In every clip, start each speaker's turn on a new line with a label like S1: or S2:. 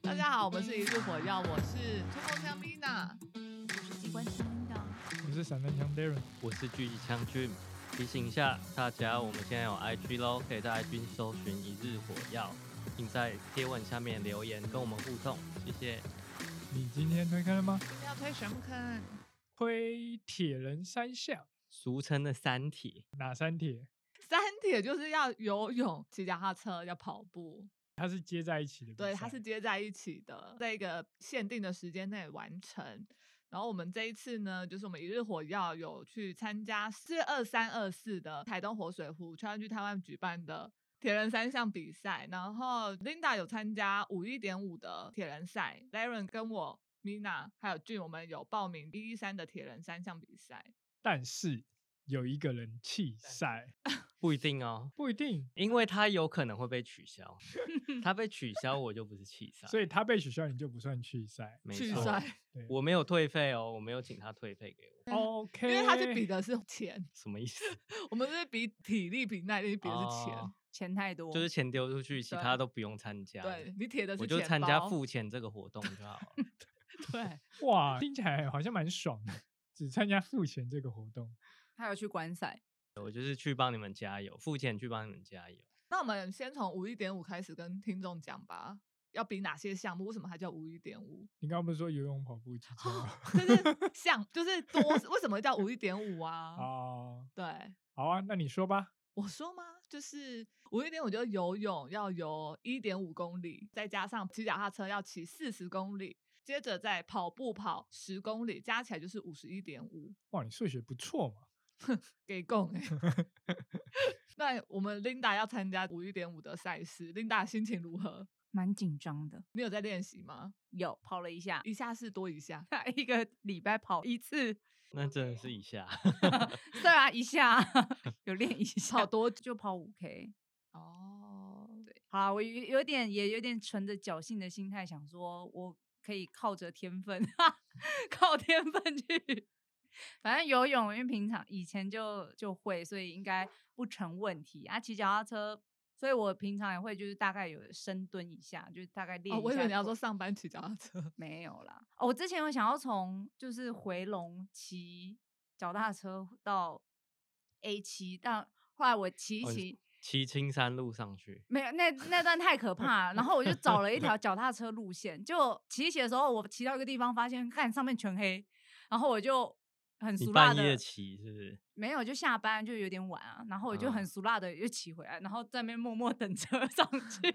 S1: 大家好，我们是一路火药，我是冲锋枪 Mina。
S2: 机关枪的，
S3: 我是散弹枪 Darren，
S4: 我是狙击枪 Jim。提醒一下大家，我们现在有 IG 喽，可以在 IG 搜寻一日火药，并在贴文下面留言跟我们互动，谢谢。
S3: 你今天推开了吗？
S1: 今天要推什么坑？
S3: 推铁人三项，
S4: 俗称的三体，
S3: 哪三铁？
S1: 三铁就是要游泳、骑脚踏车、要跑步，
S3: 它是接在一起的比赛。
S1: 对，它是接在一起的，在一个限定的时间内完成。然后我们这一次呢，就是我们一日火药有去参加四二三二四的台东活水湖川剧台湾举办的铁人三项比赛，然后 Linda 有参加五一点五的铁人赛，Darren 跟我 Mina 还有俊，我们有报名一一三的铁人三项比赛。
S3: 但是有一个人弃赛，
S4: 不一定哦，
S3: 不一定，
S4: 因为它有可能会被取消，它被取消我就不是弃
S1: 呃
S4: 赛，
S3: 所以他被取消，你就不算弃赛。
S4: 没
S1: 去
S4: 错，
S1: 赛，
S3: 对
S4: 我没有退费哦，我没有请他退费给我，
S1: 因
S3: ，OK，
S1: 为他是比的是钱，
S4: 什么意思？
S1: 我们是比体力、比耐力，比的是钱。
S4: 哦
S2: 钱太多，
S4: 就是钱丢出去，其
S1: 对
S4: 他都不用参加，
S1: 对，你铁的是
S4: 我就
S1: 钱
S4: 参加
S1: 包
S4: 付钱这个活动就好了。
S1: 对，
S3: 哇，听起来好像蛮爽的。只参加付钱这个活动，
S2: 还有去观赛，
S4: 我就是去帮你们加油，付钱去帮你们加油。
S1: 那我们先从五一点五开始跟听众讲吧，要比哪些项目？为什么它叫五一点五？
S3: 你刚刚不是说游泳、跑步、骑车吗？
S1: 就是项，就是多，为什么叫五一点五啊？
S3: 哦，
S1: 对，
S3: 好啊，那你说吧。
S1: 我说嘛，就是五一点五就游泳要游一点五公里，再加上骑脚踏车要骑四十公里，接着再跑步跑十公里，加起来就是五十一点五，
S3: 哇，你数学不错嘛。
S1: 给供哎。那我们 Linda 要参加五一点五的赛事，Linda 心情如何？
S2: 蛮紧张的。
S1: 你有在练习吗？
S2: 有跑了一下，
S1: 一下是多一下。
S2: 他一个礼拜跑一 次，
S4: 那真的是一下，
S2: 对啊，一下有练一下，
S1: 跑
S2: 多就跑五 K。
S1: 哦，对，
S2: 好啊，我有有点也有点存着侥幸的心态，想说我可以靠着天分， 靠天分去。反正游泳，因为平常以前就就会，所以应该不成问题啊。骑脚踏车，所以我平常也会就是大概有深蹲一下，就是大概练一
S1: 哦，
S2: 下腿。
S1: 我以为你要说上班骑脚踏车，
S2: 没有啦。哦，我之前有想要从就是回龙骑脚踏车到 A 七，但后来我骑一
S4: 哦你
S2: 骑，
S4: 骑青山路上去，
S2: 没有，那那段太可怕了。然后我就找了一条脚踏车路线，就骑一骑的时候，我骑到一个地方，发现看上面全黑，然后我就很
S4: 你
S2: 俗辣
S4: 半
S2: 的
S4: 夜，骑是不是？
S2: 没有就下班就有点晚啊，然后我就很
S4: 嗯
S2: 俗辣的又骑回来，然后在那边默默等车上去，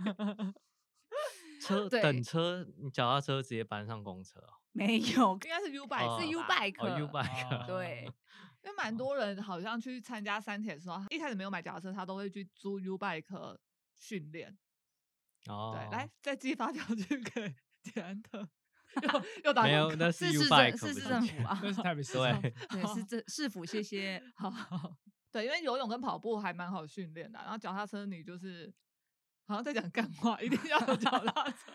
S4: 车
S2: 对
S4: 等车，你脚踏车直接搬上公车哦，
S2: 没 有，
S1: 应该是 U bike，
S4: 哦
S2: 是 U
S1: 吧哦
S2: bike，、
S4: 哦 U
S1: 哎
S3: 啊
S4: bike，
S2: 对，
S1: 因为蛮多人好像去参加三铁的时候，一开始没有买脚踏车，他都会去租 U bike 训练。
S4: 哦，
S1: 对，来再寄发条去给 捷安特， 又又打
S4: 没有，
S1: 广告
S4: 那
S2: 是
S4: 是 U
S2: 市
S4: bike，
S2: 政是
S4: 不
S2: 市政
S4: 捷
S2: 府啊，
S3: 那是 台北市长
S4: 对，
S2: 对， 是政市府，谢谢。
S1: 好好好对，因为游泳跟跑步还蛮好训练的，啊然后脚踏车你就是好像在讲干话，一定要有脚踏车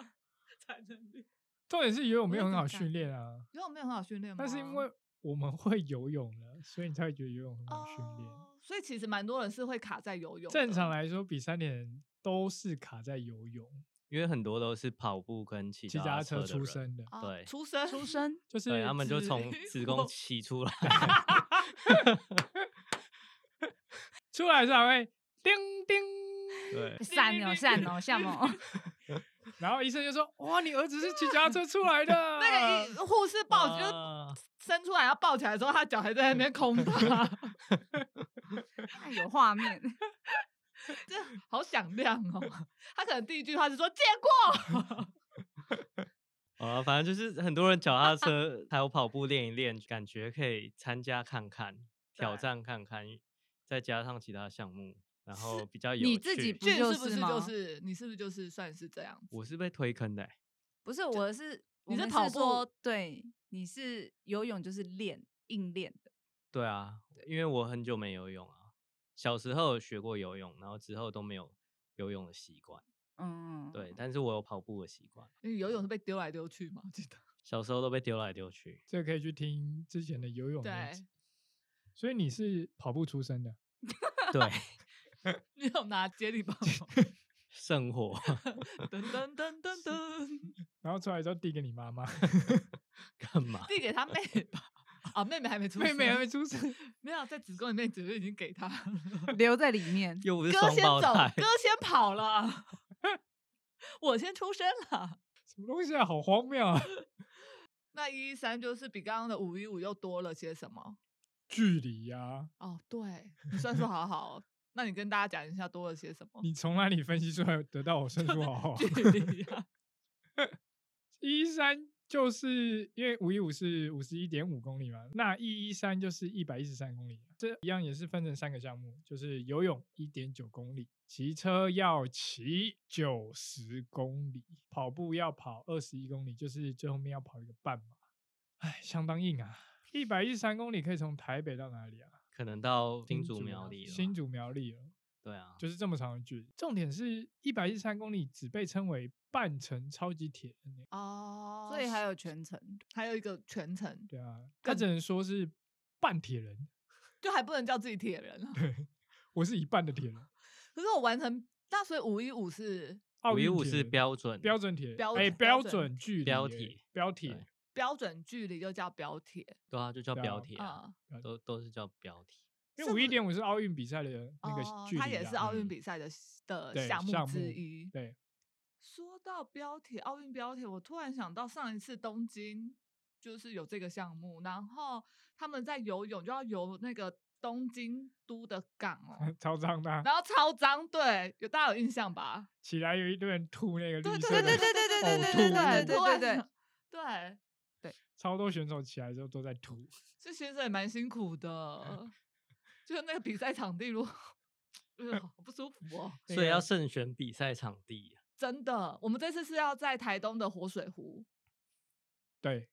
S1: 才能练。
S3: 重点是游泳没有
S1: 我也
S3: 很
S1: 这么干
S3: 好训练啊，
S1: 游泳没有很好训练吗？
S3: 但是
S4: 哦
S3: 因为我们会游泳了，所以你才会觉得游泳很好训练。
S1: 哦，所以其实蛮多人是会卡在游泳的。
S3: 正常来说，比三点都是卡在游泳、
S4: 因为很多都是跑步跟骑
S3: 骑
S4: 脚
S3: 脚踏
S4: 车
S3: 车
S4: 的
S3: 出
S4: 人，
S3: 身的，
S1: 哦
S4: 对
S1: 出生”
S2: 出生
S3: 就是
S4: 对，他们就
S3: 只
S4: 从子宫骑出来，
S3: 出来的时候还会叮叮，
S4: 对，
S2: 善哦善哦像哦，
S3: 然后医生就说：“哇，你儿子是骑脚踏车出来的。
S1: 那个医护士抱就是
S4: 哇
S1: 伸出来要抱起来的时候，他脚还在那边空打，
S2: 太有画面，
S1: 这好响亮哦。他可能第一句话是说“借过
S4: 啊，反正就是很多人脚踏车还有跑步练一练，感觉可以参加看看，挑
S1: 对
S4: 战看看，再加上其他项目，然后比较有趣。
S2: 你自己”，不
S1: 俊
S2: 就是
S1: 不是
S2: 吗
S1: 就是你是不是就是算是这样子？
S4: 我是被推坑的欸、
S2: 不是，我是我
S1: 你是
S2: 们
S1: 跑
S2: 说
S1: 步
S2: 对，你是游泳就是练硬练的，
S4: 对啊，因为我很久没游泳啊，小时候有学过游泳，然后之后都没有游泳的习惯。
S2: 嗯，
S4: 对，，但是我有跑步的习惯，
S1: 你游泳是被丢来丢去吗？我记得
S4: 小时候都被丢来丢去。
S3: 这个可以去听之前的游泳那一
S1: 对
S3: 集。所以你是跑步出身的，
S4: 对，
S1: 你有拿接力棒吗？
S4: 圣火，
S1: 噔噔噔噔噔，
S3: 然后出来之后递给你妈 妈，
S4: 干嘛？
S1: 递给他妹吧。啊，妹妹还没出生，
S3: 妹妹还没出生，
S1: 没有啊在子宫里面，子就已经给他了。
S2: 嗯留在里 面。
S4: 又不是
S1: 哥
S4: 双
S1: 先
S4: 胞
S1: 走，
S4: 胎
S1: 哥，先跑了，我先出生了。
S3: 什么东西啊，好荒谬啊！
S1: 那一一三就是比刚刚的五一五又多了些什么？
S3: 距离呀，
S1: 哦，对，你算数好好哦。那你跟大家讲一下多了些什么？
S3: 你从哪里分析出来得到我胜出好好啊？
S1: 距离 啊，
S3: 一三就是因为五一五是五十一点五公里嘛，那一一三就是一百一十三公里，这一样也是分成三个项目，就是游泳一点九公里，骑车要骑九十公里，跑步要跑二十一公里，就是最后面要跑一个半马，哎，相当硬啊！一百一十三公里可以从台北到哪里啊？
S4: 可能到新竹
S3: 竹啊
S4: 苗栗了吧。
S3: 新竹苗栗了，
S4: 对啊，
S3: 就是这么长的距离。重点是一百一十三公里只被称为半程超级铁人欸
S1: 哦，
S2: 所以还有全程，
S1: 还有一个全程，
S3: 对啊，他只
S1: 更
S3: 能说是半铁人，
S1: 就还不能叫自己铁人啊。
S3: 我是一半的铁人。
S1: 可是我完成，那所以五一五是
S3: 奥
S4: 五一
S3: 运
S4: 五
S3: 铁
S4: 是
S3: 人
S4: 标准
S3: 标准铁人，
S1: 标
S3: 哎
S1: 准标
S3: 标
S1: 准
S3: 准距离
S4: 标
S3: 哎
S4: 铁
S3: 标
S4: 对
S3: 铁
S1: 标准距离，就叫标铁
S4: 对啊，就叫标
S3: 标
S4: 题啊，
S1: 啊。
S4: 都都是叫标题。
S1: 是
S3: 因为五
S1: 不
S3: 一
S1: 是
S3: 点五是奥运比赛的那个
S1: 哦
S3: 距离啊，
S1: 它也是奥运
S4: 嗯
S1: 比赛的的
S3: 对
S1: 项目
S3: 项
S1: 之
S3: 目
S1: 一。
S3: 对，，
S1: 说到标铁，奥运标铁，我突然想到上一次东京就是有这个项目，然后他们在游泳就要游那个东京都的港哦
S3: 超脏的啊。
S1: 然后超脏，对，有大家有印象吧？
S3: 起来有一堆人吐那个绿色的，
S2: 对对对对对对对对对
S1: 突然
S2: 对对
S1: 对，
S3: 超多选手起来之后都在吐。
S1: 这选手也蛮辛苦 的，就是那个比赛场地如果。 呃，好不舒服哦！
S3: 那
S4: 所以要
S3: 个
S4: 慎选比赛场地啊、
S1: 真的，我们这次是要在台东的活水湖，
S3: 对，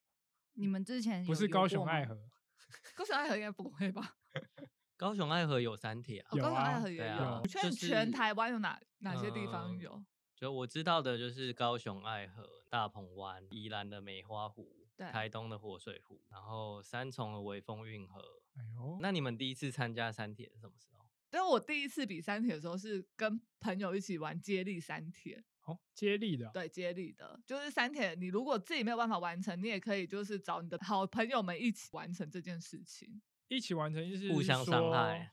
S2: 你们之前
S3: 不
S2: 有
S3: 是
S2: 游
S3: 高
S2: 过
S3: 雄
S2: 吗
S3: 爱河，
S1: 高雄爱河应该不会吧？
S4: 高雄爱河有三铁啊
S1: 哦，
S3: 有
S1: 高雄爱
S3: 啊
S1: 河也
S4: 对
S1: 有。
S4: 啊
S1: 全
S4: 就
S1: 全
S4: 是
S1: 台湾有哪哪些地方
S4: 嗯
S1: 有？
S4: 就我知道的就是高雄爱河、大鹏湾、宜兰的梅花湖、
S1: 对
S4: 台东的活水湖，然后三重的微风运河。
S3: 哎呦，
S4: 那你们第一次参加三铁是什么时候？
S1: 因为我第一次比三铁的时候是跟朋友一起玩接力三铁，
S3: 哦，接力的啊，
S1: 对接力的，就是三铁。你如果自己没有办法完成，你也可以就是找你的好朋友们一起完成这件事情。
S3: 一起完成，意思
S4: 互
S3: 是
S4: 相伤
S3: 说
S4: 害。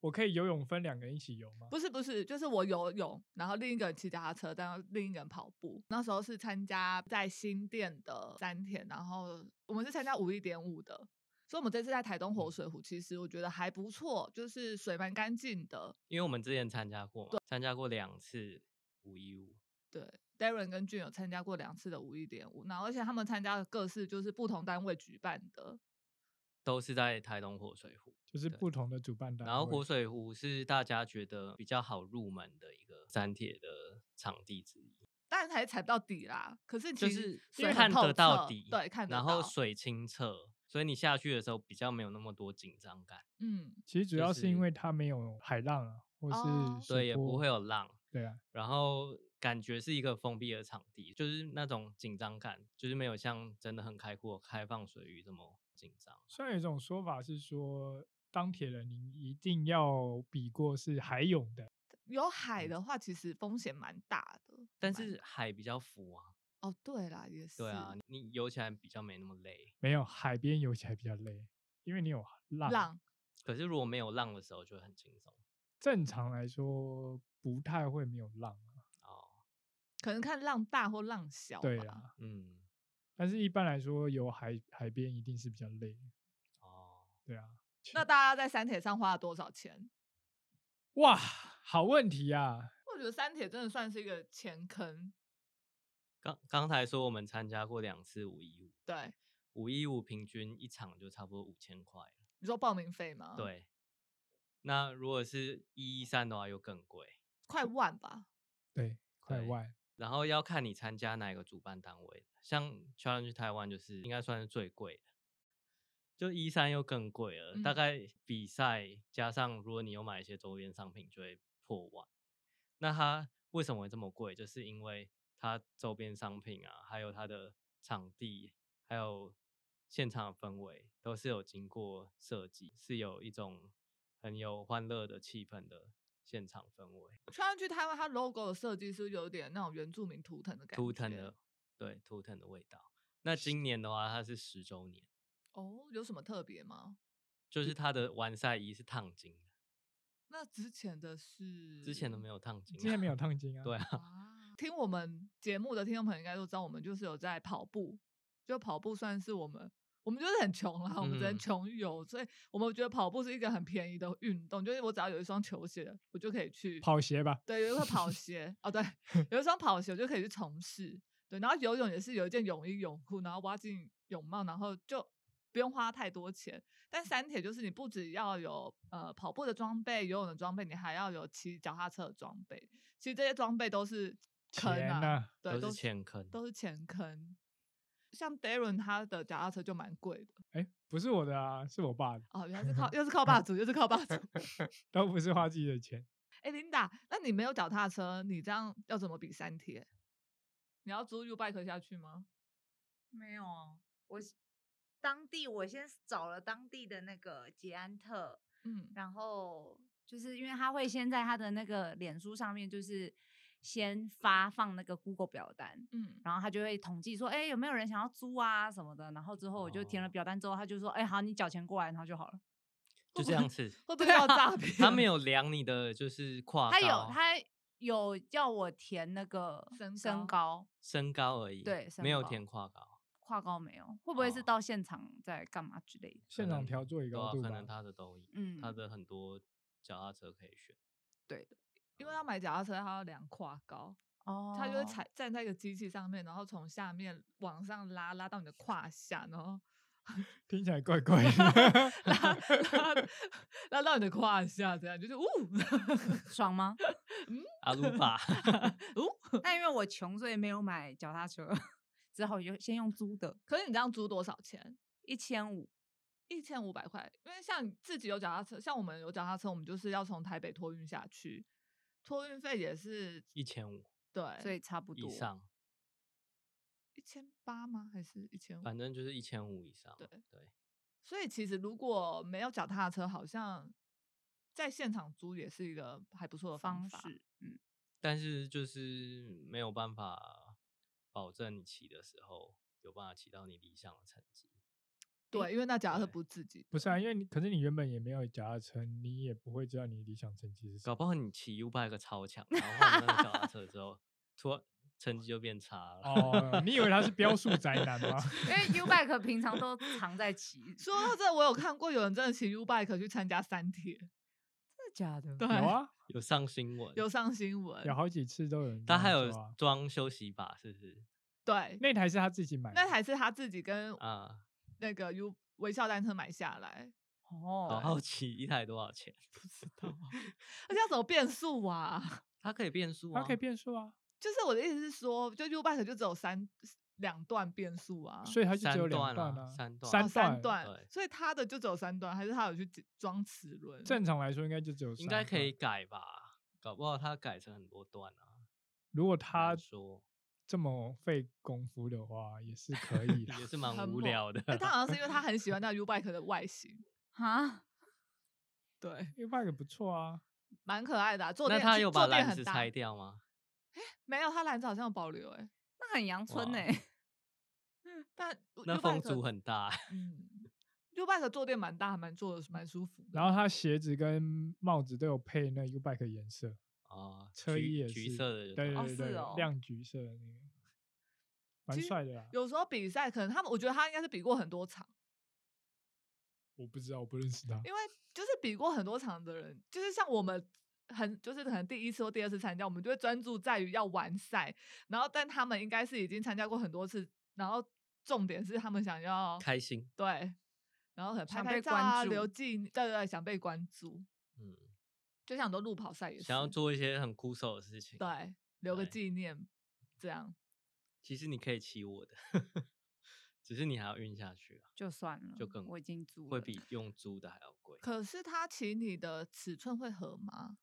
S3: 我可以游泳分两个人一起游吗？
S1: 不是不是，就是我游泳，然后另一个人骑脚踏车，然后另一个人跑步。那时候是参加在新店的三田，然后我们是参加五一点五的，所以我们这次在台东活水湖，其实我觉得还不错，就是水蛮干净的。
S4: 因为我们之前参加过嘛，参加过两次五一五，
S1: 对，Darren 跟俊有参加过两次的五一点五，然后而且他们参加的各式就是不同单位举办的，
S4: 都是在台东活水湖。
S3: 就是
S4: 对
S3: 不同的主办单位。
S4: 然后活水湖是大家觉得比较好入门的一个三铁的场地之一，
S1: 当然还踩不到底啦。可是
S4: 就
S1: 其实
S4: 是
S1: 水很
S4: 看
S1: 透
S4: 得到
S1: 彻
S4: 底，
S1: 对，看得
S4: 然
S1: 到。
S4: 后水清澈，所以你下去的时候比较没有那么多紧张感，
S1: 嗯，
S3: 其实主
S4: 就
S3: 要是因
S4: 是
S3: 为它没有海浪啊，或
S1: 哦
S3: 是
S4: 对，
S3: 水
S4: 也不
S3: 波
S4: 会有浪。
S3: 对啊，
S4: 然后感觉是一个封闭的场地，就是那种紧张感，就是没有像真的很开阔、开放水域这么紧张。
S3: 虽然有一种说法是说，当铁人你一定要比过是海泳的，
S1: 有海的话，其实风险蛮大的。
S4: 嗯但
S1: 蛮
S4: 是海比较浮啊，
S1: 哦，对啦，也是。
S4: 对啊，你游起来比较没那么累。
S3: 没有海边游起来比较累，因为你有浪。
S1: 浪
S4: 可是如果没有浪的时候就会很轻松
S3: 正常来说不太会没有浪啊、
S4: 哦。
S1: 可能看浪大或浪小。
S3: 对
S1: 啊，
S3: 啊，
S4: 嗯，
S3: 但是一般来说有海海边一定是比较累的，
S4: 哦，
S3: 对啊。
S1: 那大家在山铁上花了多少钱？
S3: 哇，好问题啊！
S1: 我觉得山铁真的算是一个钱坑。
S4: 刚刚才说我们参加过两次五一五，
S1: 对，
S4: 五一五平均一场就差不多五千块了。
S1: 你说报名费吗？，
S4: 对，那如果是一一三的话又更贵，
S1: 快万吧。
S3: 对，快
S4: 对
S3: 外
S4: 然后要看你参加哪一个主办单位，像 Challenge Taiwan 就是应该算是最贵的，就一三又更贵了，大
S1: 嗯
S4: 概比赛加上如果你有买一些周边商品就会破万。那它为什么会这么贵？就是因为它周边商品啊，还有它的场地，还有现场的氛围都是有经过设计，是有一种很有欢乐的气氛的现场氛围，
S1: 穿上去台湾，它 logo 的设计是有点那种原住民图腾的感觉，
S4: 图腾的对图腾的味道。那今年的话，它是十周年，
S1: 哦，有什么特别吗？
S4: 就是它的完赛衣是烫金的，
S1: 那之前的是
S4: 之前都没有烫金、啊，
S3: 今天没有烫金啊。
S4: 对啊，
S1: 啊，听我们节目的听众朋友应该都知道，我们就是有在跑步，就跑步算是我们，我们就是很穷啦，我们只能
S4: 嗯
S1: 穷游，所以我们觉得跑步是一个很便宜的运动，就是我只要有一双球鞋，我就可以去
S3: 跑鞋吧，
S1: 对，有一个跑鞋哦，对，有一双跑鞋我就可以去从事。对，然后游泳也是有一件泳衣、泳裤，然后挖进泳帽，然后就不用花太多钱。但三铁就是你不只要有呃跑步的装备、游泳的装备，你还要有骑脚踏车的装备。其实这些装备都是坑
S3: 钱
S1: 啊，
S3: 呐
S1: 对，
S4: 都
S1: 都
S4: 是钱坑。
S1: 都是钱坑。像 Darren 他的脚踏车就蛮贵的
S3: 哎、不是我的啊，是我爸的，
S1: 哦，原来 是靠又是靠霸主，又是靠霸主。
S3: 都不是花自己的钱。
S1: 哎、琳达，那你没有脚踏车，你这样要怎么比三铁？你要租 U bike 下去吗？
S2: 没有啊，
S5: 我是当地我先找了当地的那个捷安特，
S1: 嗯，
S5: 然后
S2: 就是因为他会先在他的那个脸书上面，就是先发放那个 Google 表单，
S1: 嗯，
S2: 然后他就会统计说，哎、有没有人想要租啊什么的。然后之后我就填了
S4: 哦
S2: 表单之后，他就说，哎、好，你缴钱过来，然后就好了。
S4: 就这样子，
S1: 会不会
S2: 对
S1: 要
S2: 啊
S1: 诈骗？
S4: 他没有量你的就是跨高，
S2: 他有他有叫我填那个
S1: 身
S2: 身
S1: 高
S2: 高
S4: 身高而已，
S2: 对
S4: 没
S2: 身
S4: 有
S2: 高
S4: 填跨高，
S2: 跨高没有，会不会是
S4: 哦
S2: 到现场在干嘛之类的？
S4: 可
S3: 现场
S4: 能
S3: 调座椅
S4: 对
S3: 高
S4: 啊，
S3: 度
S4: 可
S3: 吧
S4: 能他的都有，
S2: 嗯，
S4: 他的很多脚踏车可以选。
S2: 对的
S1: 因为要买脚踏车，他要量跨高，
S2: 哦，
S1: 他就会踩站在一个机器上面，然后从下面往上拉，拉到你的胯下，然 后
S3: 听起来怪怪的。
S1: 拉拉拉到你的胯下，这样就是呜
S2: 爽吗？
S4: 阿鲁巴
S1: 呜。
S2: 那因为我穷，所以没有买脚踏车，只好就先用租的，
S1: 可是你这样租多少钱？
S2: 一千五。
S1: 一千五百块，因为像你自己有脚踏车，像我们有脚踏车，我们就是要从台北托运下去，托运费也是
S4: 一千五
S1: 对，
S2: 所以差不多
S4: 以上，
S1: 一千八吗？还是一千五？
S4: 反正就是一千五以上。
S1: 对
S4: 对，
S1: 所以其实如果没有脚踏车，好像在现场租也是一个还不错的
S2: 方
S1: 法。
S2: 式，嗯，
S4: 但是就是没有办法保证你骑的时候有办法骑到你理想的成绩。
S1: 对，因为那脚踏车
S4: 对
S1: 不是自己，
S3: 不是啊，因为你可是你原本也没有脚踏车，你也不会知道你理想成绩是什
S4: 搞
S3: 么。
S4: 不好你骑 U bike 超强，然后换了那个脚踏车之后，突然成绩就变差了。
S3: 哦，你以为他是标速宅男 吗？
S2: 因为 U bike 平常都藏在骑，真
S1: 说到这，我有看过有人真的骑 U bike 去参加三铁，
S2: 的假的？
S1: 对，
S3: 有啊，
S4: 有上新闻，
S1: 有上新闻，
S3: 有好几次都有人这
S4: 他
S3: 样
S4: 还
S3: 说啊。
S4: 有装休息把，是不是？
S1: 对，
S3: 那台是他自己买的，
S1: 那台是他自己跟
S4: 啊，
S1: 那个 U 微笑单车买下来，
S4: 好
S2: 哦，
S4: 好奇一台多少钱？
S1: 那叫什么变速啊？
S4: 它可以变速啊，
S3: 他可以变速啊，
S1: 就是我的意思是说，就 U bike 就只有三两段变速啊，
S3: 所以他就只
S4: 三
S3: 有两
S4: 段啊
S3: 啊，
S4: 三段
S1: 哦
S3: 三
S1: 三
S3: 段。
S1: 段
S4: 对，
S1: 所以他的就只有三段，还是他有去装齿轮？
S3: 正常来说应该就只有，
S4: 应该可以。改吧？搞不好它改成很多段啊。
S3: 如果
S4: 很难
S3: 他
S4: 说
S3: 这么费功夫的话，也是 可以的。
S4: 也是蛮
S1: 很
S4: 无
S1: 猛
S4: 聊 的。
S1: 欸他好像是因为他很喜欢那 U bike 的外形，
S2: 哈，
S1: 对，
S3: U bike 不错啊，
S1: 蛮可爱的、啊。坐
S4: 那
S1: 垫
S4: 他
S1: 其
S4: 有
S1: 坐
S4: 把
S1: 垫
S4: 篮
S1: 很
S4: 子
S1: 大
S4: 拆掉吗？
S1: 没有，他篮子好像有保留哎、
S2: 那很阳春欸
S4: 哇
S2: 呢、
S1: 嗯但
S4: 那
S1: U
S4: 风
S1: bike-
S4: 阻很大，
S1: 嗯，U bike 坐垫蛮大，蛮坐的蛮舒服的。
S3: 然后他鞋子跟帽子都有配那 U bike 的颜色，
S4: 哦，
S3: 车衣也
S4: 橘
S3: 是
S4: 橘色的就
S3: 对
S4: 对了，
S3: 对
S2: 哦
S3: 对
S2: 是
S3: 对，
S2: 哦
S3: 亮橘色的那个，蛮
S1: 其实
S3: 帅的啦。
S1: 有时候比赛可能他们，我觉得他应该是比过很多场，
S3: 我不知道，我不认识他。
S1: 因为就是比过很多场的人，就是像我们很就是可能第一次或第二次参加，我们就会专注在于要完赛，然后但他们应该是已经参加过很多次，然后重点是他们想要
S4: 开心，
S1: 对，然后可能拍
S2: 想
S1: 拍
S2: 被
S1: 照
S2: 关
S1: 啊，
S2: 注
S1: 留纪念，对对对，想被关注，
S4: 嗯，
S1: 就像很多路跑赛也是，
S4: 想要做一些很酷手的事情。，
S1: 对，留个
S4: 对
S1: 纪念，这样
S4: 其实你可以骑我的， 只是你还要运下去啊，
S2: 就算了，
S4: 就更
S2: 嗯我已经租
S4: 会
S2: 了
S4: 比用租的还要贵。
S1: 可是他骑你的尺寸会合吗？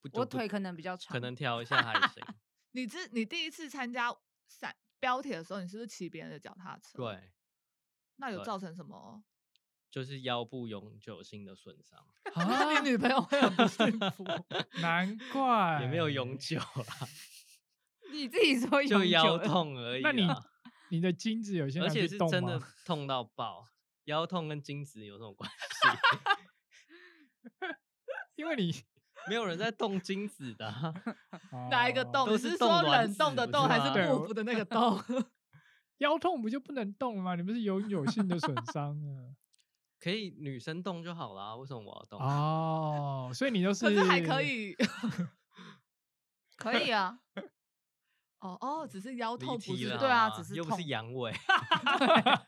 S4: 不
S2: 我
S4: 就不
S2: 腿可能比较长，
S4: 可能调一下还行。
S1: 你之你第一次参加散标铁的时候，你是不是骑别人的脚踏车？，
S4: 对，
S1: 那有
S4: 对
S1: 造成什么？
S4: 就是腰部永久性的损伤，
S1: 那你女朋友会很不幸福。
S3: 难怪
S4: 也没有永 久啦，
S2: 你自己说
S4: 就
S2: 永
S4: 腰
S2: 久的，
S4: 痛而 已
S3: 那你
S4: 啦。
S3: 你的精子有些拿
S4: 而且
S3: 去
S4: 是
S3: 动
S4: 真
S3: 吗
S4: 的痛到爆，腰痛跟精子有什么关系？
S3: 因为你
S4: 没有人在动精子的啊、
S1: 哪一个
S3: 哦
S1: 洞？
S4: 都
S1: 你
S4: 是
S1: 是
S4: 冻
S1: 说
S4: 卵
S1: 冷
S4: 子
S1: 冻的
S4: 不
S1: 冻
S4: 是
S1: 还是
S4: 吗
S3: 对
S1: 不
S3: 我
S1: 服的那个 冻？
S3: 腰痛不就不能动了吗？你不 是永久性的损伤啊？
S4: 可以女生动就好啦，为什么我要动？
S3: 哦，所以你都是，
S1: 可是还可，以。
S2: 可以啊，
S1: 哦哦，只是腰
S4: 离
S1: 痛，不
S4: 题
S1: 是
S4: 了
S2: 对啊
S4: 好
S2: 只
S4: 吗
S2: 是
S4: 又不是
S2: 痛
S4: 阳痿，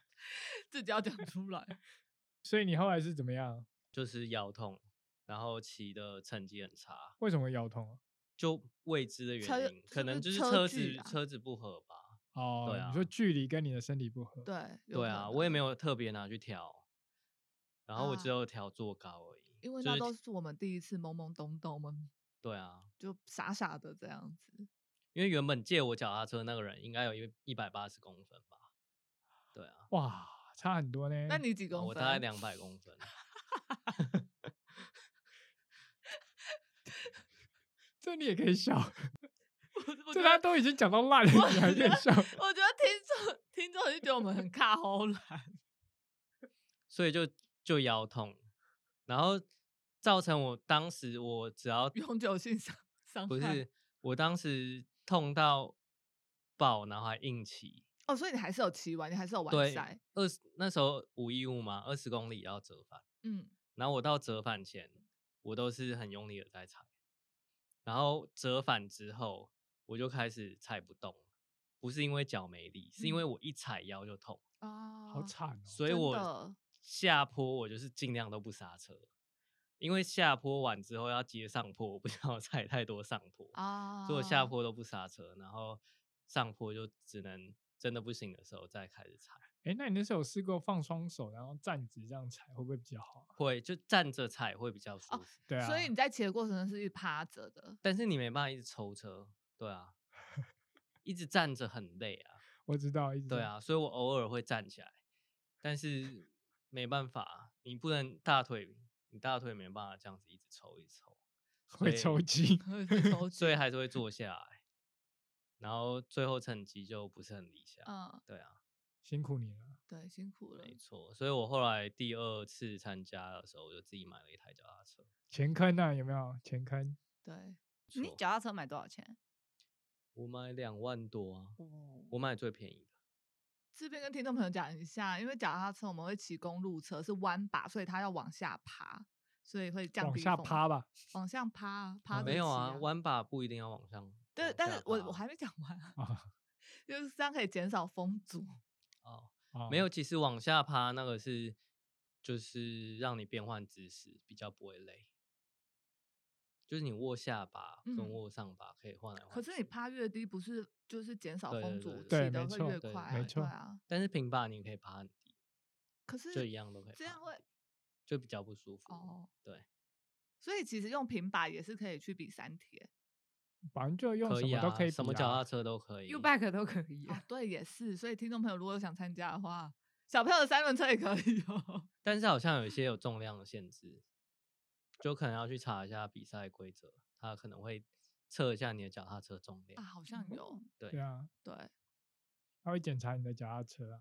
S1: 自己要讲出来。
S3: 所以你后来是怎么样？
S4: 就是腰痛，然后骑的成绩很差，
S3: 为什么腰痛啊？
S4: 就未知的
S1: 车
S4: 原因，
S1: 是
S4: 可
S1: 不
S4: 能
S1: 是
S4: 就是
S1: 车
S4: 车
S1: 距
S4: 子
S1: 啊
S4: 车子不合吧。
S3: 哦，
S4: 对
S3: 你说
S4: 啊
S3: 距离跟你的身体不合，
S1: 对有
S4: 对
S1: 可
S4: 啊，
S1: 能
S4: 我也没有特别拿去调，然后我只
S1: 啊
S4: 有调坐高而已。
S1: 因为
S4: 就
S1: 那
S4: 是
S1: 都是我们第一次懵懵懂懂，我们
S4: 对啊，
S1: 就傻傻的这样子。
S4: 因为原本借我脚踏车那个人应该有一一百八十公分吧？对啊，
S3: 哇，差很多呢。
S1: 那你几
S4: 啊
S1: 公分？
S4: 我大 概两百公分。
S3: 这你也可以笑，
S1: 我
S3: 这
S1: 觉
S3: 他
S1: 得
S3: 都已经讲到 烂了，你还可以笑。
S1: 我觉得听众听众就觉得我们很卡喉了。
S4: 所以就就腰痛，然后造成我当时我只要
S1: 永久性伤伤
S4: 不
S1: 害
S4: 是我当时痛到爆，然后还硬骑，
S1: 哦，所以你还是有骑完，你还是有完
S4: 对
S1: 赛。，
S4: 二十那时候五一五嘛，二十公里要折返，
S1: 嗯，
S4: 然后我到折返前，我都是很用力的在踩，然后折返之后我就开始踩不动，不是因为脚没力，是因为
S1: 嗯
S4: 我一踩腰就痛。
S1: 啊，
S3: 好惨哦！
S4: 所以
S1: 真
S4: 我
S1: 的
S4: 下坡我就是尽量都不刹车，因为下坡完之后要接上坡，我不想要踩太多上坡，
S1: 啊！
S4: 所以我下坡都不刹车，然后上坡就只能真的不行的时候再开始踩，
S3: 哎，那你那时候有试过放双手，然后站直这样踩，会不会比较好啊？
S4: 会就站着踩会比较舒服，
S3: 对啊，
S1: 所以你在骑的过程中是一直趴着的，
S4: 但是你没办法一直抽车，对啊，一直站着很累啊，
S3: 我知道，一直
S4: 对
S3: 在，
S4: 啊，所以我偶尔会站起来，但是没办法啊，你不能大腿，你大腿没办法这样子一直抽一直抽。
S3: 会
S4: 所以
S3: 抽筋。
S1: 会会抽
S4: 所以
S1: 筋
S4: 还是会坐下来，然后最后成绩就不是很理想。
S1: 嗯，
S4: 对啊，
S3: 辛苦你了，
S1: 对，辛苦了
S4: 没。错。所以我后来第二次参加的时候，我就自己买了一台脚踏车。
S3: 前坑啊，有没有前坑？
S1: 对，
S4: 没
S2: 你
S4: 错
S2: 脚踏车买多少钱？
S4: 我买两万多啊，
S1: 嗯
S2: 哦，
S4: 我买最便宜的。
S1: 这边跟听众朋友讲一下，因为脚踏车我们会骑公路车是弯把，所以它要往下爬，所以会降低
S3: 往下
S1: 风
S3: 趴，吧，
S1: 往下趴啊，趴
S3: 嗯
S1: 着
S4: 没有
S1: 骑
S4: 啊，弯把不一定要往上。
S1: 对
S4: 往，
S1: 但
S4: 下
S1: 是我
S4: 爬
S1: 我还没讲完啊，
S3: 啊
S1: 就是这样可以减少风阻。
S4: 哦，
S3: 啊，
S1: 嗯
S4: 没有。其实往下趴那个是就是让你变换姿势，比较不会累。就是你握下巴跟
S1: 嗯
S4: 握上巴可以换来换去。
S1: 可是你趴越低，不是就是减少
S4: 对
S1: 风
S4: 对
S1: 阻，骑
S4: 对
S3: 对
S1: 得
S3: 没
S1: 会
S3: 错
S1: 越
S4: 对
S1: 快啊，
S4: 没
S1: 对
S3: 错
S1: 啊。
S4: 但是平把你可以爬很低，
S1: 可是
S4: 就一样都可以爬很
S1: 这
S4: 低。
S1: 样会
S4: 就比较不舒服。
S1: 哦，
S4: 对，
S1: 所以其实用平把也是可以去比三铁。
S3: 反正就用
S4: 可
S3: 什
S4: 以
S3: 么都
S4: 啊，
S3: 可以比啊，
S4: 什么脚踏车都可以。
S2: U bike 都可以、
S1: 哦
S2: 啊，，
S1: 对，也是。所以听众朋友如果有想参加的话，小朋友的三轮车也可以 哦。
S4: 但是好像有一些有重量的限制，就可能要去查一下比赛规则，它可能会测一下你的脚踏车重
S1: 啊，
S4: 量。
S1: 好像 有。
S4: 对
S3: 对啊，
S1: 对，
S3: 他会检查你的脚踏车啊。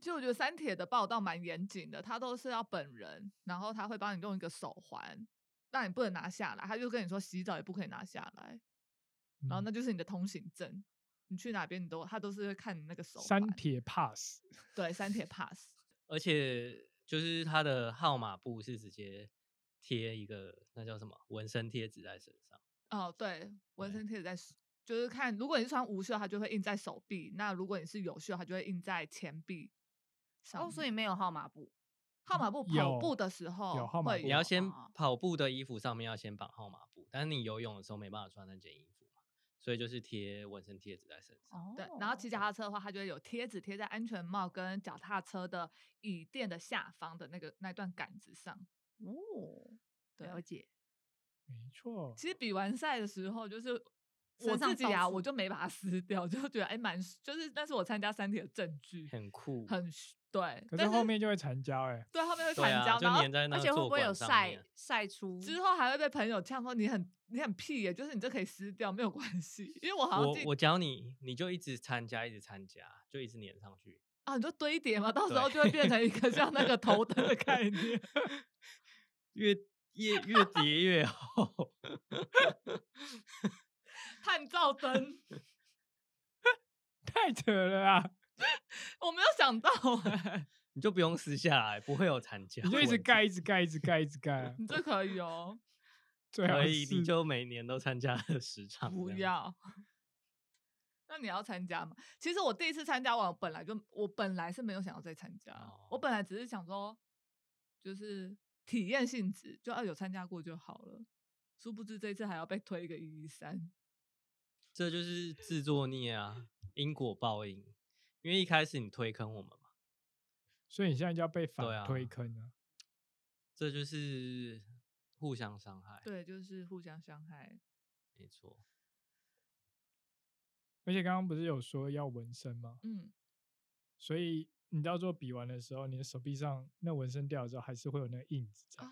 S1: 其实我觉得三铁的报道蛮严谨的，他都是要本人，然后他会帮你用一个手环，让你不能拿下来。他就跟你说洗澡也不可以拿下来，然后
S3: 嗯
S1: 那就是你的通行证。你去哪边，你都他都是会看你那个手环。
S3: 三铁 pass
S1: 对三铁 pass，
S4: 而且就是它的号码布是直接贴一个那叫什么纹身贴纸在身上。
S1: 哦，对，纹
S4: 对
S1: 身贴在手，就是看，如果你是穿无袖，它就会印在手臂；那如果你是有袖，它就会印在前臂上面。
S2: 哦，所以没有号码布，
S1: 号码布跑
S3: 有
S1: 步的时候
S3: 号码
S1: 会
S3: 布
S4: 你要
S1: 有嗯
S4: 先
S2: 哦
S4: 跑步的衣服上面要先绑号码布，但是你游泳的时候没办法穿那件衣服嘛，所以就是贴纹身贴纸在身上。
S2: 哦
S1: 嗯对，然后骑脚踏车的话，它就会有贴纸贴在安全帽跟脚踏车的椅垫的下方的那个那段杆子上。
S2: 哦，
S1: 对，
S2: 了解，
S3: 没错，
S1: 其实比完赛的时候，就是
S2: 身
S1: 我
S2: 上
S1: 自己
S2: 到
S1: 啊，
S2: 处
S1: 我就没把它撕掉，就觉得哎蛮，就是那是我参加三铁的证据，
S4: 很酷，
S1: 很对，
S3: 可
S1: 但
S3: 是后面就会缠胶哎，
S1: 对后面会
S4: 对
S1: 砍胶，
S4: 啊，就
S1: 然后
S4: 粘在那
S2: 而
S4: 个
S2: 且会
S4: 坐
S2: 不会有
S4: 管上
S2: 晒
S4: 面。啊
S2: 晒出？
S1: 之后 还会被朋友呛说你很你很屁耶、就是你这可以撕掉，没有关系，因为我好像
S4: 我
S1: 记
S4: 我教你，你就一直参加，一直参加，就一直粘上去。
S1: 啊，你就堆叠嘛，到时
S4: 对
S1: 候就会变成一个像那个头灯的概 念。
S4: 越越越叠越厚。
S1: 探照灯，
S3: 太扯了啊！
S1: 我没有想到哎、
S4: 你就不用撕下来，不会有残胶。
S3: 你就一直盖，，一直盖，一直盖，一直盖 啊，
S1: 你这可以哦，
S3: 最好
S4: 所
S3: 是
S4: 以你就每年都参加了十
S3: 啊
S4: 场。
S1: 不，要。 那你要参加吗？其实我第一次参加完，我本来就我本来是没有想要再参加，我
S4: 哦
S1: 本来只是想说，就是体验性质，就要啊有参加过就好了。殊不知这次还要被推一个一一
S3: 哎
S1: 三，
S4: 这就是自作孽啊，因果报应。因为一开始你推坑我们嘛，
S3: 所以你现在就要被
S4: 对
S3: 反
S4: 啊
S3: 推坑啊！
S4: 这就是互相伤害。，
S1: 对，就是互相伤害。
S4: 没错。
S3: 而且刚刚不是有说要纹身吗？
S1: 嗯，
S3: 所以你到做比完的时候，你的手臂上那纹身掉了之后，还是会有那个印子在，
S1: 啊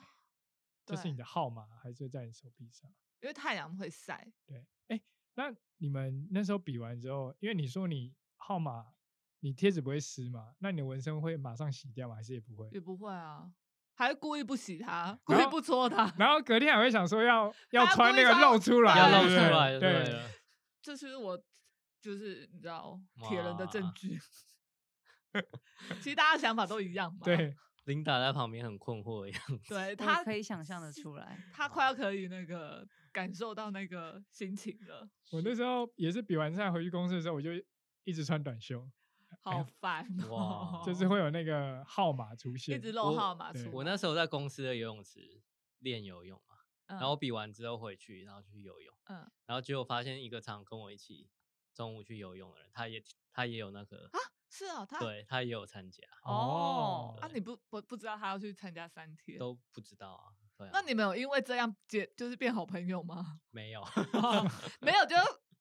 S3: 这是你
S1: 对
S3: 的号码还是会在你手臂上？
S1: 因为太阳会晒，
S3: 对，哎，那你们那时候比完之后，因为你说你号码你贴纸不会湿嘛，那你的纹身会马上洗掉吗？还是也不会？
S1: 也不会啊，还故意不洗它，故
S3: 然
S1: 意
S3: 后
S1: 不搓它，
S3: 然后隔天还会想说 要要
S1: 大家
S3: 穿
S1: 故
S3: 那
S1: 意
S3: 个
S1: 啊穿
S3: 露出来，
S4: 要
S1: 对
S4: 露
S3: 对
S4: 出
S3: 不对啊
S4: 来就对
S3: 对，
S4: 了。
S1: 这是我就是你知道铁人的证
S4: 哇
S1: 据。 其实大家想法都一样嘛。
S3: 对，
S4: 琳达在旁边很困惑的样子。
S1: 对，
S2: 我
S1: 他
S2: 可以想象的出来。
S1: 他快要可以那个感受到那个心情了，
S3: 我那时候也是比完赛回去公司的时候，我就一直穿短袖，
S1: 好烦、哦
S4: 哎哇
S3: 就是会有那个号码出现，
S1: 一直露号码出
S3: 对
S1: 来。
S4: 我那时候在公司的游泳池练游泳嘛，
S1: 嗯，
S4: 然后比完之后回去，然后去游泳，
S1: 嗯，
S4: 然后结果发现一个常跟我一起中午去游泳的人，他也他也有那个，
S1: 是啊，他
S4: 对他也有参加，
S1: 哦
S3: 哦，
S1: 啊，你不不不知道他要去参加三天，
S4: 都不知道啊。对啊，
S1: 那你们有因为这样结就是变好朋友吗？
S4: 没有
S1: 没有，就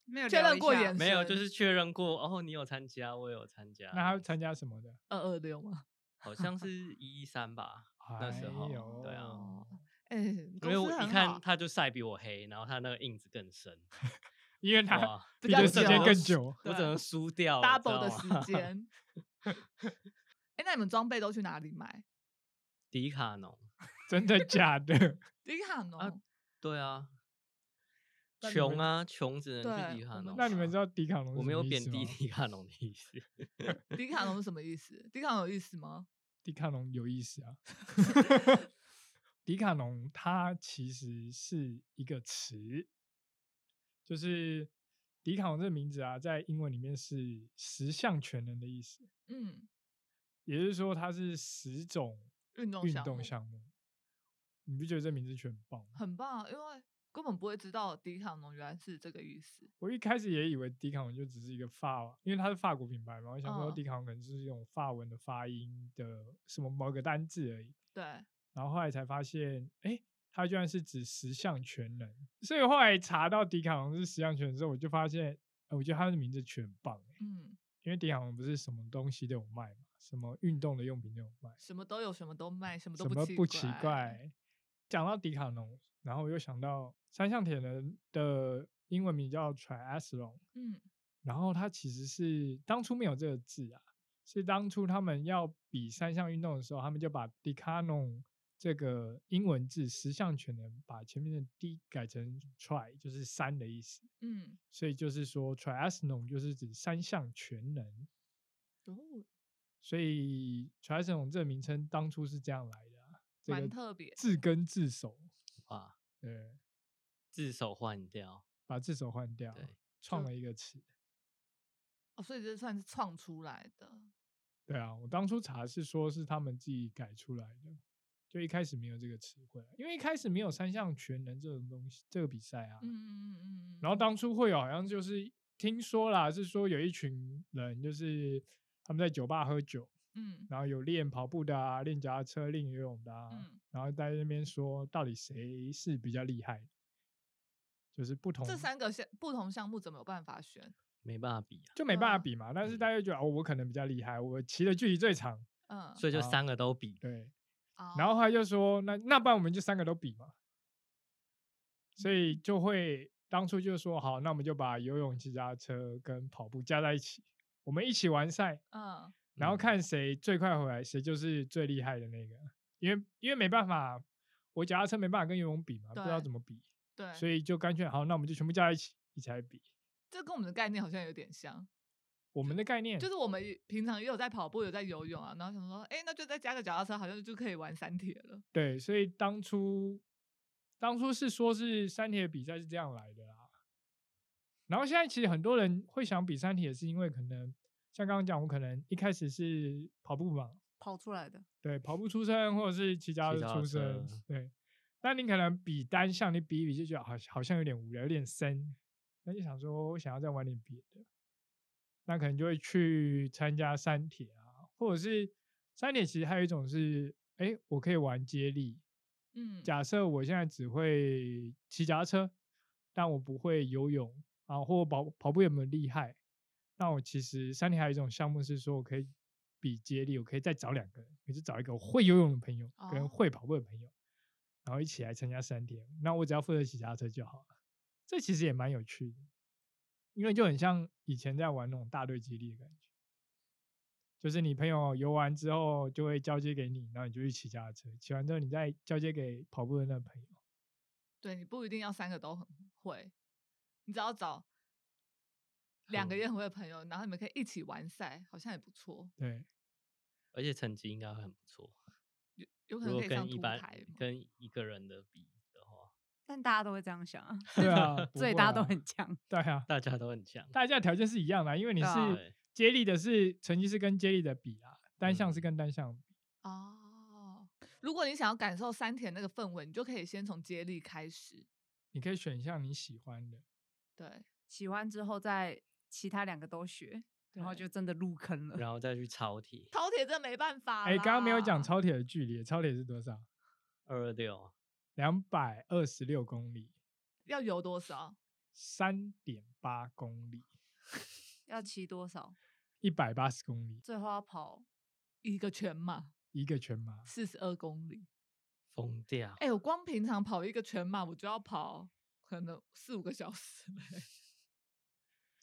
S2: 没有
S1: 确
S2: 聊
S1: 认
S2: 一
S1: 过
S2: 下
S1: 眼
S4: 没有，
S1: 神
S4: 就是确认过哦，你有参加，我有参加。
S3: 那他参加什么的？
S1: 二二六嘛。
S4: 好像是一一三吧，那时
S3: 哎
S4: 候
S3: 呦
S4: 对啊，
S1: 哦，哎、哦公
S4: 因为我
S1: 司
S4: 一
S1: 很
S4: 看
S1: 好
S4: 他就晒比我黑，然后他那个印子更 深，
S3: 因为他
S4: 哇，
S1: 比
S3: 比
S1: 较
S3: 的
S1: 久
S3: 时间更久，
S4: 我
S1: 对
S4: 只能输掉了
S1: double 的。
S4: 知道吗啊
S1: 时间。哎、那你们装备都去哪里买？
S4: 迪卡侬，
S3: 真的假的？
S1: 迪卡侬、
S4: 对啊，
S3: 那你
S4: 穷
S3: 们
S4: 啊，穷只能
S1: 对
S4: 去迪
S1: 我
S4: 卡
S1: 们
S4: 侬啊。
S3: 那你们知道迪卡侬是
S4: 我
S3: 什
S4: 没有
S3: 么意
S4: 贬
S3: 思
S4: 低
S3: 吗
S4: 迪卡侬的意思，
S1: 迪卡侬是什么意思？迪卡侬有意思吗？
S3: 迪卡侬有意思 啊。迪卡侬它其实是一个词，就是迪卡侬这个名字啊，在英文里面是十项全能的意思，
S1: 嗯，
S3: 也就是说它是十种
S1: 运动
S3: 运
S1: 项
S3: 动
S1: 目
S3: 项目。你不觉得这名字全棒吗？
S1: 很棒啊，因为根本不会知道迪卡侬原来是这个意思。
S3: 我一开始也以为迪卡侬就只是一个法，因为它是法国品牌嘛，我想说
S1: 嗯
S3: 迪卡侬可能是一种法文的发音的什么某个单字而已。
S1: 对，
S3: 然后后来才发现，哎，它居然是指十项全能。所以后来查到迪卡侬是十项全能之后，我就发现，呃我觉得它的名字全棒、欸，
S1: 嗯，
S3: 因为迪卡侬不是什么东西都有卖嘛，什么运动的用品都有卖，
S1: 什么都有，什么都卖，什么都
S3: 什么
S1: 奇
S3: 不奇。怪。讲到迪卡侬，然后我又想到三项铁人的英文名叫 triathlon，
S1: 嗯
S3: 然后它其实是当初没有这个字啊，是当初他们要比三项运动的时候，他们就把 decanon 这个英文字十项全能，把前面的 d 改成 try，就是三的意思，
S1: 嗯，
S3: 所以就是说 triathlon 就是指三项全能，
S1: 哦，
S3: 所以 triathlon 这个名称当初是这样来的、啊，这
S1: 蛮
S3: 个
S1: 特别的。
S3: 字根字首，
S4: 哇，
S3: 对，
S4: 自首换掉，
S3: 把字首换掉
S4: 对，
S3: 创
S1: 就
S3: 了一个词。
S1: 哦，所以这算是创出来的。
S3: 对啊，我当初查是说是他们自己改出来的，就一开始没有这个词汇啊，因为一开始没有三项全能这种东西，这个比赛啊。
S1: 嗯嗯嗯嗯嗯。
S3: 然后当初会有好像就是听说啦，是说有一群人就是他们在酒吧喝酒，
S1: 嗯
S3: 然后有练跑步的啊，练脚踏车，练游泳的啊，
S1: 嗯，
S3: 然后在那边说到底谁是比较厉害，就是不同
S1: 这三个项不同项目怎么有办法选？
S4: 没办法比啊。
S3: 就没办法
S1: 嗯
S3: 比嘛。但是
S4: 嗯
S3: 大家就觉得哦，我可能比较厉害，我骑的距离最长，
S1: 嗯，
S4: 所以就
S3: 好
S4: 三个都比。
S3: 对，
S1: 哦
S3: 然后他就说，那那不然我们就三个都比嘛，所
S1: 嗯
S3: 以就会当初就说好，那我们就把游泳、骑脚踏车跟跑步加在一起，我们一起完赛，
S1: 嗯
S3: 然后
S4: 嗯
S3: 看谁最快回来，谁就是最厉害的那个，因为因为没办法，我脚踏车没办法跟游泳比嘛，不知道
S1: 对
S3: 怎么比，
S1: 对，
S3: 所以就干脆好，那我们就全部加在一起一起来比。
S1: 这跟我们的概念好像有点像，
S3: 我们的概念
S1: 就是我们也平常也有在跑步，有在游泳啊，然后想说，哎，那就再加个脚踏车，好像就可以玩三铁了。
S3: 对，所以当初当初是说是三铁的比赛是这样来的啦。然后现在其实很多人会想比三铁，是因为可能像刚刚讲，我可能一开始是跑步嘛，
S2: 跑出来的，
S3: 对，跑步出身或者是骑脚
S4: 骑
S3: 踏车
S4: 脚踏
S3: 出身
S4: 车，
S3: 对。那你可能比单项，你比一比就觉得好，好像有点无聊，有点深，那就想说我想要再玩点别的，那可能就会去参加三铁啊，或者是三铁其实还有一种是，哎，我可以玩接力，
S1: 嗯，
S3: 假设我现在只会骑脚踏车，但我不会游泳啊，或跑跑步有没有厉害？那我其实山里还有一种项目是说，我可以比接力，我可以再找两个人，我就找一个我会游泳的朋友
S1: 哦
S3: 跟会跑步的朋友，然后一起来参加三天。那我只要负责骑脚踏车就好了。这其实也蛮有趣的，因为就很像以前在玩那种大队接力的感觉，就是你朋友游完之后就会交接给你，然后你就去骑脚踏车，骑完之后你再交接给跑步的那个朋友。
S1: 对你不一定要三个都很会，你只要找两个
S4: 很
S1: 也很会的朋友，然后你们可以一起玩赛，好像也不错，
S3: 对，
S4: 而且成绩应该会很不错。
S1: 有有可
S4: 如
S1: 能
S4: 果
S1: 可以上
S4: 跟一
S1: 凸
S4: 般
S1: 台嘛。
S4: 跟一个人的比的话，
S2: 但大家都会这样想啊，
S3: 对 啊，不
S2: 所以
S3: 会
S2: 大家都
S3: 啊
S2: 很强。
S3: 对啊，
S4: 大家都很强。欸
S3: 大家条件是一样的，因为你
S2: 对啊
S3: 是
S4: 对
S3: 接力的是成绩是跟接力的比啦，单项是
S4: 嗯
S3: 跟单项比。
S1: 哦，如果你想要感受山田那个氛围，你就可以先从接力开始。
S3: 你可以选一项你喜欢的，
S1: 对，
S2: 喜欢之后再其他两个都学，然后
S1: 对
S2: 就真的入坑了。
S4: 然后再去超体
S1: 饕餮真没办法。
S3: 哎、刚刚没有讲，超铁的距离，超铁是多少？
S4: 二二六，
S3: 两百二十六公里，
S1: 要游多少？
S3: 三点八公里，
S2: 要骑多少？
S3: 一百八十公里，
S2: 最后要跑
S1: 一个全马
S3: 一个全马。
S1: 四十二公里。
S4: 疯掉！
S1: 哎、我光平常跑一个全马，我就要跑可能四五个小时了欸、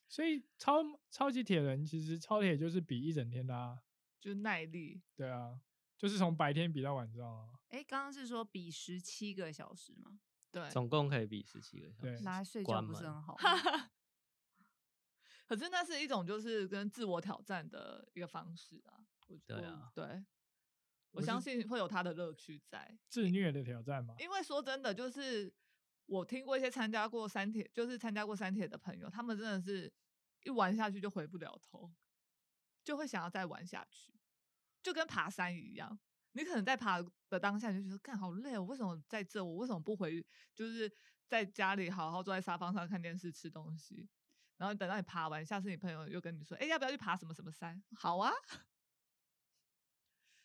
S3: 所以超超级铁人其实超铁就是比一整天的啊，
S1: 就耐力。
S3: 对啊，就是从白天比到晚上啊。
S2: 哎，刚刚是说比十七个小时吗？
S1: 对，
S4: 总共可以比十七个小
S3: 对
S4: 时。
S2: 拿来睡觉
S4: 关
S2: 不是
S4: 门
S2: 很好吗？
S1: 可是那是一种就是跟自我挑战的一个方式啊。我
S4: 对
S1: 我
S4: 啊
S1: 对，我
S3: 是
S1: 相信会有它的乐趣在。
S3: 自虐的挑战嘛，
S1: 因为说真的，就是我听过一些参加过三铁，就是参加过三铁的朋友，他们真的是一玩下去就回不了头，就会想要再玩下去，就跟爬山一样。你可能在爬的当下你就觉得，干好累、哦，我为什么在这？我为什么不回？就是在家里好好坐在沙发上看电视、吃东西。然后等到你爬完，下次你朋友又跟你说，哎，要不要去爬什么什么山？好啊，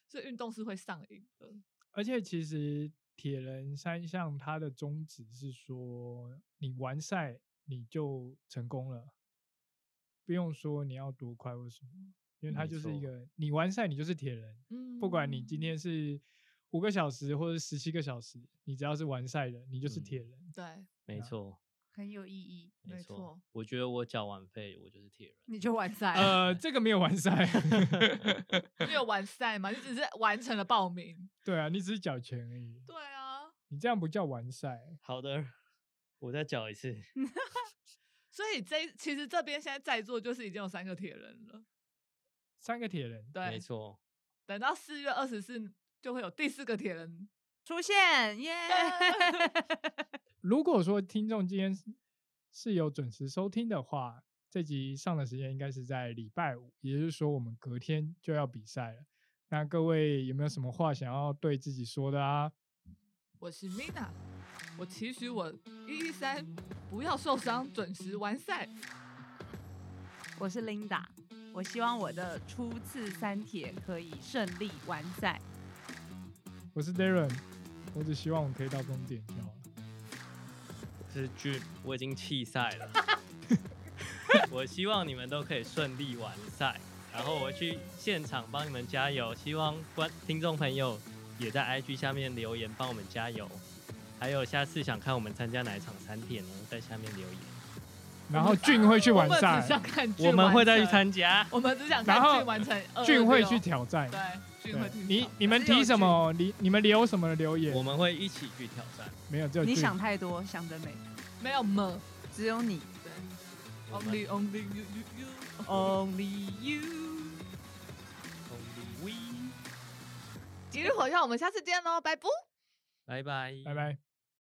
S1: 所以运动是会上瘾的。
S3: 而且其实铁人三项它的宗旨是说，你完赛你就成功了，不用说你要多快或什么，因为它
S4: 没
S3: 就是一
S4: 错
S3: 个你完赛你就是铁人，
S1: 嗯，
S3: 不管你今天是五个小时或者十七个小时，你只要是完赛的，你就是
S4: 嗯
S3: 铁人。
S1: 对
S4: 没错，
S2: 很有意义，
S1: 没
S4: 没错
S1: 错。
S4: 我觉得我缴完费，我就是铁人。
S2: 你就完赛了。
S3: 呃，这个没有完赛，
S1: 没有完赛嘛，你只是完成了报名。
S3: 对啊，你只是缴钱而已，
S1: 对啊，
S3: 你这样不叫完赛。
S4: 好的，我再缴一次。
S1: 所以这其实这边现在在座就是已经有三个铁人了，
S3: 三个铁人，
S1: 对
S4: 没，错，
S1: 等到四月二十四就会有第四个铁人。
S2: 出现耶！
S3: 如果说听众今天是是有准时收听的话，这集上的时间应该是在礼拜五，也就是说我们隔天就要比赛了。那各位有没有什么话想要对自己说的啊？
S1: 我是 Mina，我期许我一一三不要受伤，准时完赛。
S2: 我是 Linda，我希望我的初次三铁可以顺利完赛。
S3: 我是 Darren，我只希望我可以到终点就好了。
S4: 是 Jim，我已经弃赛了。我希望你们都可以顺利完赛。然后我会去现场帮你们加油。希望观听众朋友也在 IG 下面留言帮我们加油。还有下次想看我们参加哪一场餐点呢？在下面留言，
S3: 然后俊会去
S1: 我
S3: 完
S1: 们只
S3: 赛
S1: 想，看
S4: 我
S1: 俊
S4: 们会再去
S1: 完成，
S4: 参加。
S1: 我们只想
S3: 然
S1: 看
S3: 后
S1: 俊完成226。
S3: 俊会去挑战。
S1: 对，俊
S3: 对
S1: 会去
S3: 你
S1: 挑
S3: 你们
S1: 只有
S3: 提什
S1: 俊
S3: 么？你你们留什么留言
S4: 我？们会一起去挑战。
S3: 没有，只有
S2: 你
S3: 俊
S2: 想太多，想得美，
S1: 没有么
S2: 只有你
S1: 对
S4: 我们
S1: ？Only only you you you。
S2: ，Only You。
S4: Only we，
S1: 一日火药，我们下次见喽，拜拜。
S4: 拜拜，
S3: 拜拜。